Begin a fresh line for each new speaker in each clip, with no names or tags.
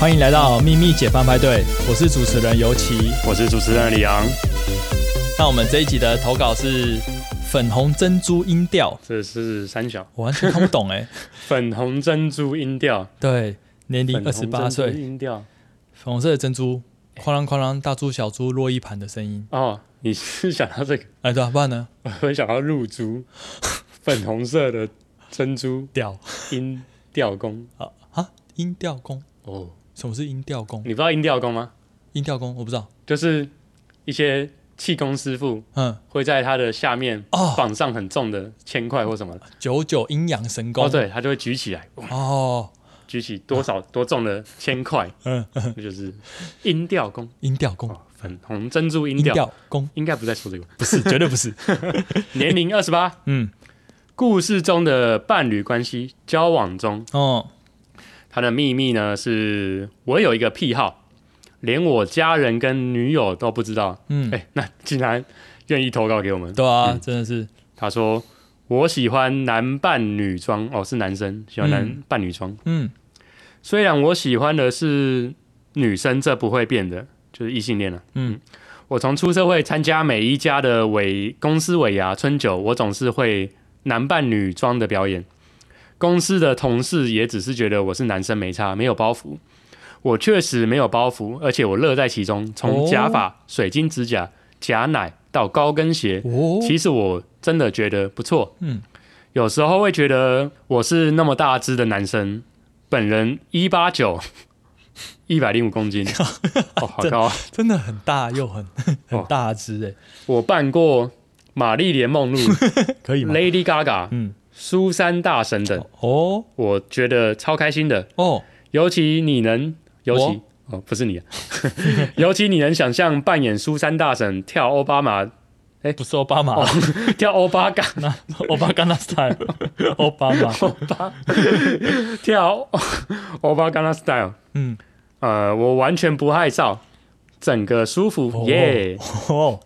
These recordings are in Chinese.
欢迎来到秘密解放派对，我是主持人尤其。
我是主持人李昂，
那我们这一集的投稿是粉红珍珠音调，
这是三小
我完全看不懂 哎、
粉红珍珠音调，
对，年龄
粉
二
红
十八
珍珠
岁，
音调
粉红色的珍珠，哐啷哐啷，大珠小珠落一盘的声音。
哦，你是想到这个，
哎，对啊，不然呢？
我会想到入珠， 粉红色的珍珠
调
音调弓
啊啊，音调弓，
哦，
什么是音调弓？
你不知道音调弓吗？
音调弓我不知道。
就是一些气功师傅
嗯，
会在他的下面
哦
绑上很重的铅块或什么的，
九九阴阳神功。
哦，对，他就会举起来，
哦，
举起 多少多重的铅块，
嗯，
那就是音调弓
音调弓，
哦，粉红珍珠音
音
调。
调弓，
应该不在说这个，
不是，绝对不是。
年龄二十八，
嗯，
故事中的伴侣关系交往中，
哦，
他的秘密呢是我有一个癖好，连我家人跟女友都不知道。
嗯，
哎、那竟然愿意投稿给我们。
对啊，真的是，
他说我喜欢男扮女装，哦，是男生喜欢男扮女装。
嗯
虽然我喜欢的是女生，这不会变的，就是异性恋了、啊
嗯，
我从出社会参加每一家的尾公司尾牙春酒，我总是会男扮女装的表演。公司的同事也只是觉得我是男生没差，没有包袱。我确实没有包袱，而且我乐在其中。从
哦
假发、水晶指甲、假奶到高跟鞋，
哦，
其实我真的觉得不错。
嗯，
有时候会觉得我是那么大只的男生，本人一八九， 一百零五 公斤，哦，好高啊！
真的很大又很 很
哦
大只欸
我扮过玛丽莲 梦露、
哎，可以吗？
Lady Gaga、
嗯，
苏珊大神等，
哦
我觉得超开心的。
哦，
尤其你能，尤其哦，不是你、啊， 尤其你能想象扮演苏珊大神跳奥巴马、
不是奥巴
哦
马，
跳欧巴嘎、
那 奥巴马那 style，奥巴马，
跳欧巴嘎 style。
嗯，
呃，我完全不害臊，整个舒
哦
服耶。
哦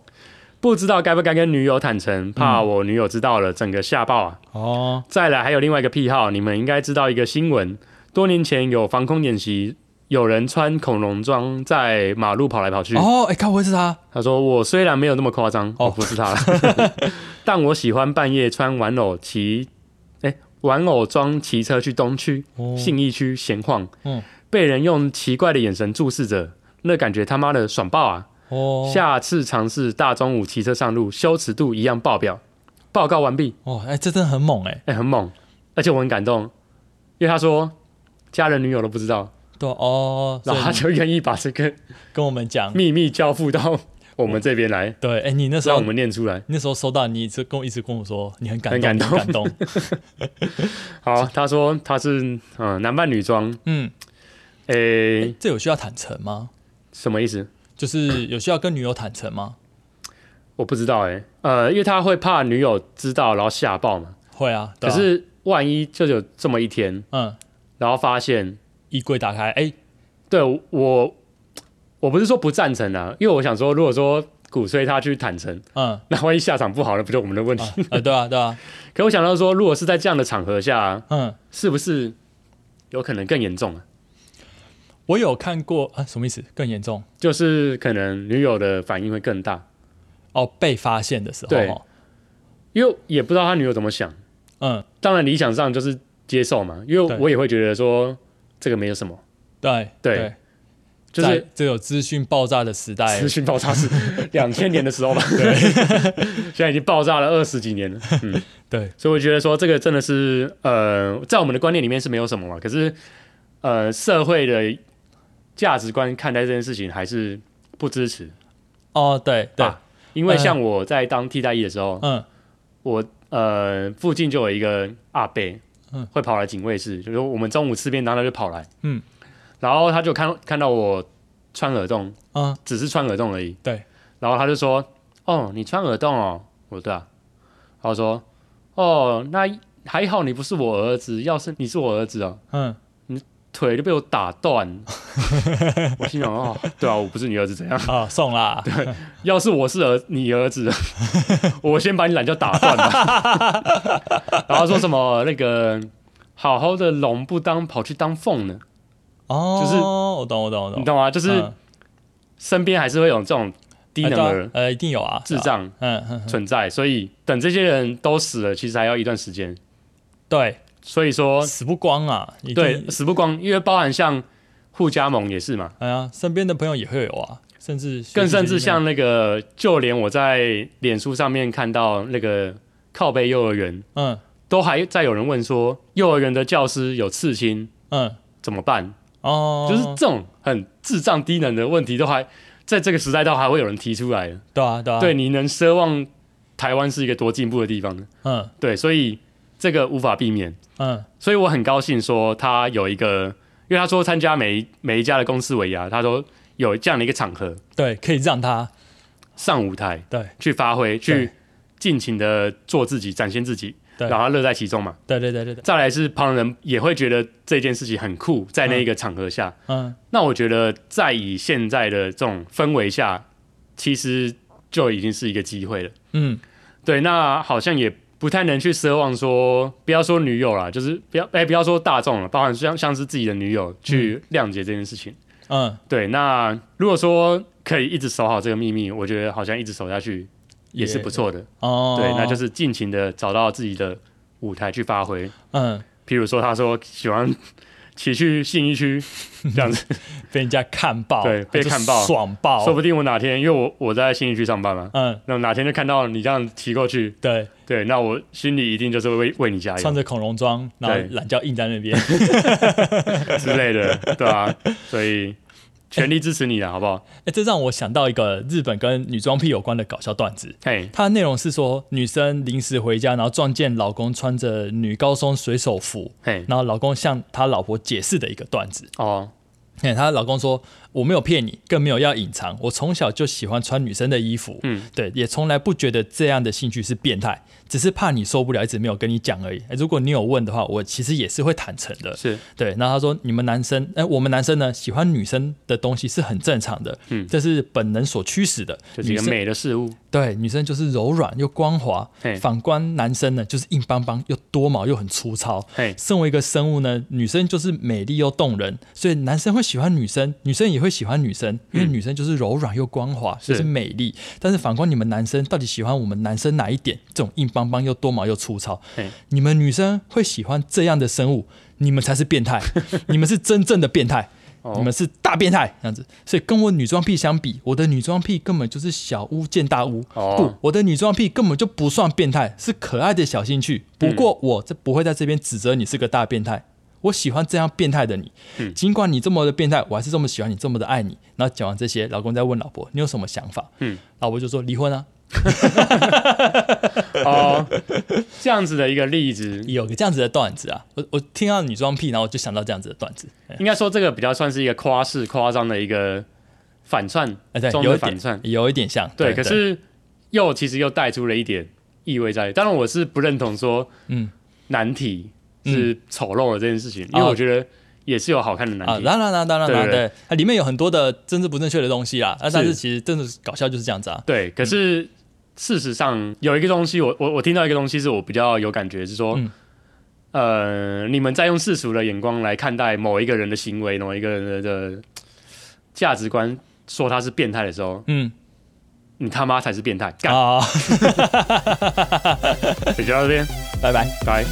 不知道该不该跟女友坦
嗯
诚，怕我女友知道了，整个吓爆啊！
哦，
再来，还有另外一个癖好，你们应该知道一个新闻：多年前有防空演习，有人穿恐龙装在马路跑来跑去。
哦，哎，看我会是他，
他说：“我虽然没有那么夸张，
哦
我不是他啦 但我喜欢半夜穿玩偶骑，哎、玩偶装骑车去东区、
哦
信义区闲晃，
嗯
被人用奇怪的眼神注视着，那感觉他妈的爽爆啊！
哦，
下次尝试大中午骑车上路，羞耻度一样爆表。报告完毕，
哦，哎，这真的很猛哎，
哎、很猛，而且我很感动，因为他说家人女友都不知道，
对哦，所
然
以
后他
你
就愿意把这个
跟我们讲，
秘密交付到我们这边来，
对，哎，你那时
让
候
我。们念出来。
你那时候收到，你一直跟我一直跟我说，你很感动，
很感
你很感动。
好，他说他是嗯、呃男扮女装，
嗯，
诶、
哎这有需要坦诚吗？
什么意思？
就是有需要跟女友坦诚吗？
我不知道诶、呃，因为他会怕女友知道然后吓爆嘛。
会啊，对
可
啊
是万一就有这么一天，
嗯，
然后发现
衣柜打开，哎、
对我，我不是说不赞成啊，因为我想说，如果说鼓吹他去坦诚，
嗯，啊、
那万一下场不好，那不就我们的问题？
呃对啊，对啊，
可我想到说，如果是在这样的场合下，
嗯，
是不是有可能更严重啊？
我有看过啊，什么意思？更严重
就是可能女友的反应会更大，
哦，被发现的时候，
对
哦
因为也不知道他女友怎么想。
嗯，
当然，理想上就是接受嘛，因为
对
我也会觉得说这个没有什么，
对
对就是
在这有资讯爆炸的时代
资，讯爆 炸是两千年的时候吧，对， 现在已经爆炸了二十几年了，嗯，
对，
所以我觉得说这个真的是呃，在我们的观念里面是没有什么嘛，可是呃，社会的价值观看待这件事情还是不支持，
哦，对对，
啊因为像我在当替代役的时候，
嗯，
我呃附近就有一个阿伯，
嗯
会跑来警卫室，就是我们中午吃便当，他就跑来，
嗯，
然后他就看看到我穿耳洞，
啊、
只是穿耳洞而已。
对。
然后他就说：“哦，你穿耳洞哦。”我说：“对啊。”然后说：“哦，那还好你不是我儿子，要是你是我儿子哦，
嗯，
腿就被我打 断。”我心想：“哦，对啊，我不是你儿子怎样？
啊，送啦，
要是我是儿你儿子，我先把你懒觉打断了。” 然后说什么那个好好的龙不当，跑去当凤呢？
哦，
就是
我懂我懂我懂，
你懂吗？就是
嗯
身边还是会有这种低
哎
能
对啊
儿、
呃，一定有啊，
智
对啊，
障
嗯嗯，嗯
存在，所以等这些人都死了，其实还要一段时间。
对，
所以说，
死不光啊，一定
哦对，，死不光，因为包含像互加盟也是嘛，
哎呀，身边的朋友也会有啊，甚至学弟
更甚至
学弟妹
像那个，就连我在脸书上面看到那个靠背幼儿园，
嗯
都还在有人问说，幼儿园的教师有刺青
嗯
怎么办？
哦，
就是这种很智障低能的问题，都还在这个时代都还会有人提出来的。
对啊对啊，
对，你能奢望台湾是一个多进步的地方呢？
嗯
对，所以这个无法避免。
嗯
所以我很高兴说他有一个，因为他说参加每一每一家的公司尾牙，他说有这样的一个场合
对，可以让他
上舞台，
对，
去发挥，
对
去尽情的做自己，展现自己，
对
然后乐在其中嘛。
对对对对对，
再来是旁人也会觉得这件事情很酷，在那一个场合下，
嗯
那我觉得在以现在的这种氛围下，其实就已经是一个机会了。
嗯
对，那好像也不太能去奢望说，不要说女友啦，就是不要哎、不要说大众了，包含像像是自己的女友去谅解这件事情。
嗯，
对，那如果说可以一直守好这个秘密，我觉得好像一直守下去也是不错的。
哦，
对，那就是尽情的找到自己的舞台去发挥。
嗯
譬如说，他说喜欢骑去信义区这样子，
被人家看爆，
对被看爆
他就爽爆，
说不定我哪天因为我我在信义区上班嘛，
嗯
那哪天就看到你这样骑过去，
对，
对，那我心里一定就是为为你加
穿
油
着恐龙装，然后
哎对
懒觉硬在那 边，
之 类的，对啊，所以全力支持你啊，好不好？
哎，这让我想到一个日本跟女装癖有关的搞笑段子。
嘿，
它的内容是说，女生临时回家，然后撞见老公穿着女高中水手服，
嘿，
然后老公向他老婆解释的一个段子。
哦，
哎，她老公说：“我没有骗你，更没有要隐藏。我从小就喜欢穿女生的衣服，
嗯，
对，也从来不觉得这样的兴趣是变态，只是怕你受不了，一直没有跟你讲而已。哎如果你有问的话，我其实也是会坦诚的。
是，
对，那他说你们男生，哎、我们男生呢，喜欢女生的东西是很正常的，
嗯
这是本能所驱使的。
就是一
女
个
生
美的 事物，
对，女生就是柔软又光滑
嘿，
反观男生呢，就是硬邦邦又多毛又很粗糙。
嘿，
身为一个生物呢，女生就是美丽又动人，所以男生会喜欢女生，女生也会喜欢女生，因为女生就是柔软又光滑，
嗯是
就是美丽。但是反观你们男生，到底喜欢我们男生哪一点？这种硬邦邦又多毛又粗糙
嘿，
你们女生会喜欢这样的生物，你们才是变 态，你们是真正的变态。你
哦
们，是大变态这样子，所以跟我女装癖相比，我的女装癖根本就是小巫见大巫。不
哦，，
我的女装癖根本就不算变态，是可爱的小兴趣。
嗯
不过我这不会在这边指责你是个大变态，我喜欢这样变态的你。
嗯
尽管你这么的变态，我还是这么喜欢你，这么的爱你。然后讲完这些，老公再问老婆你有什么想法？
嗯，
老婆就说离婚啊，
哦，这样子的一个例子，
有个这样子的段子啊。我我听到女装癖，然后我就想到这样子的段子。哎、
应该说这个比较算是一个夸饰、夸张的一个反串，
哎对，
中
有
的
一
反串
点，，有一点像。
对，可是又其实又带出了一点意味在。当然，我是不认同说，
嗯
嗯，难题是丑陋的这件事情，因为
哦
我觉得也是有好看的
啊，
难题。
当然啦，当然啦，
对对
对，啊它里面有很多的政治不正确的东西啦。啊，但是
是
其实真的是搞笑就是这样子啊。
对，可是事实上有一个东西，我我我听到一个东西是我比较有感觉，是说
嗯。
呃，你们在用世俗的眼光来看待某一个人的行为，某一个人的的价值观，说他是变态的时候，
嗯
你他妈才是变态！干，
啊，
你就到这边，
拜拜。
拜。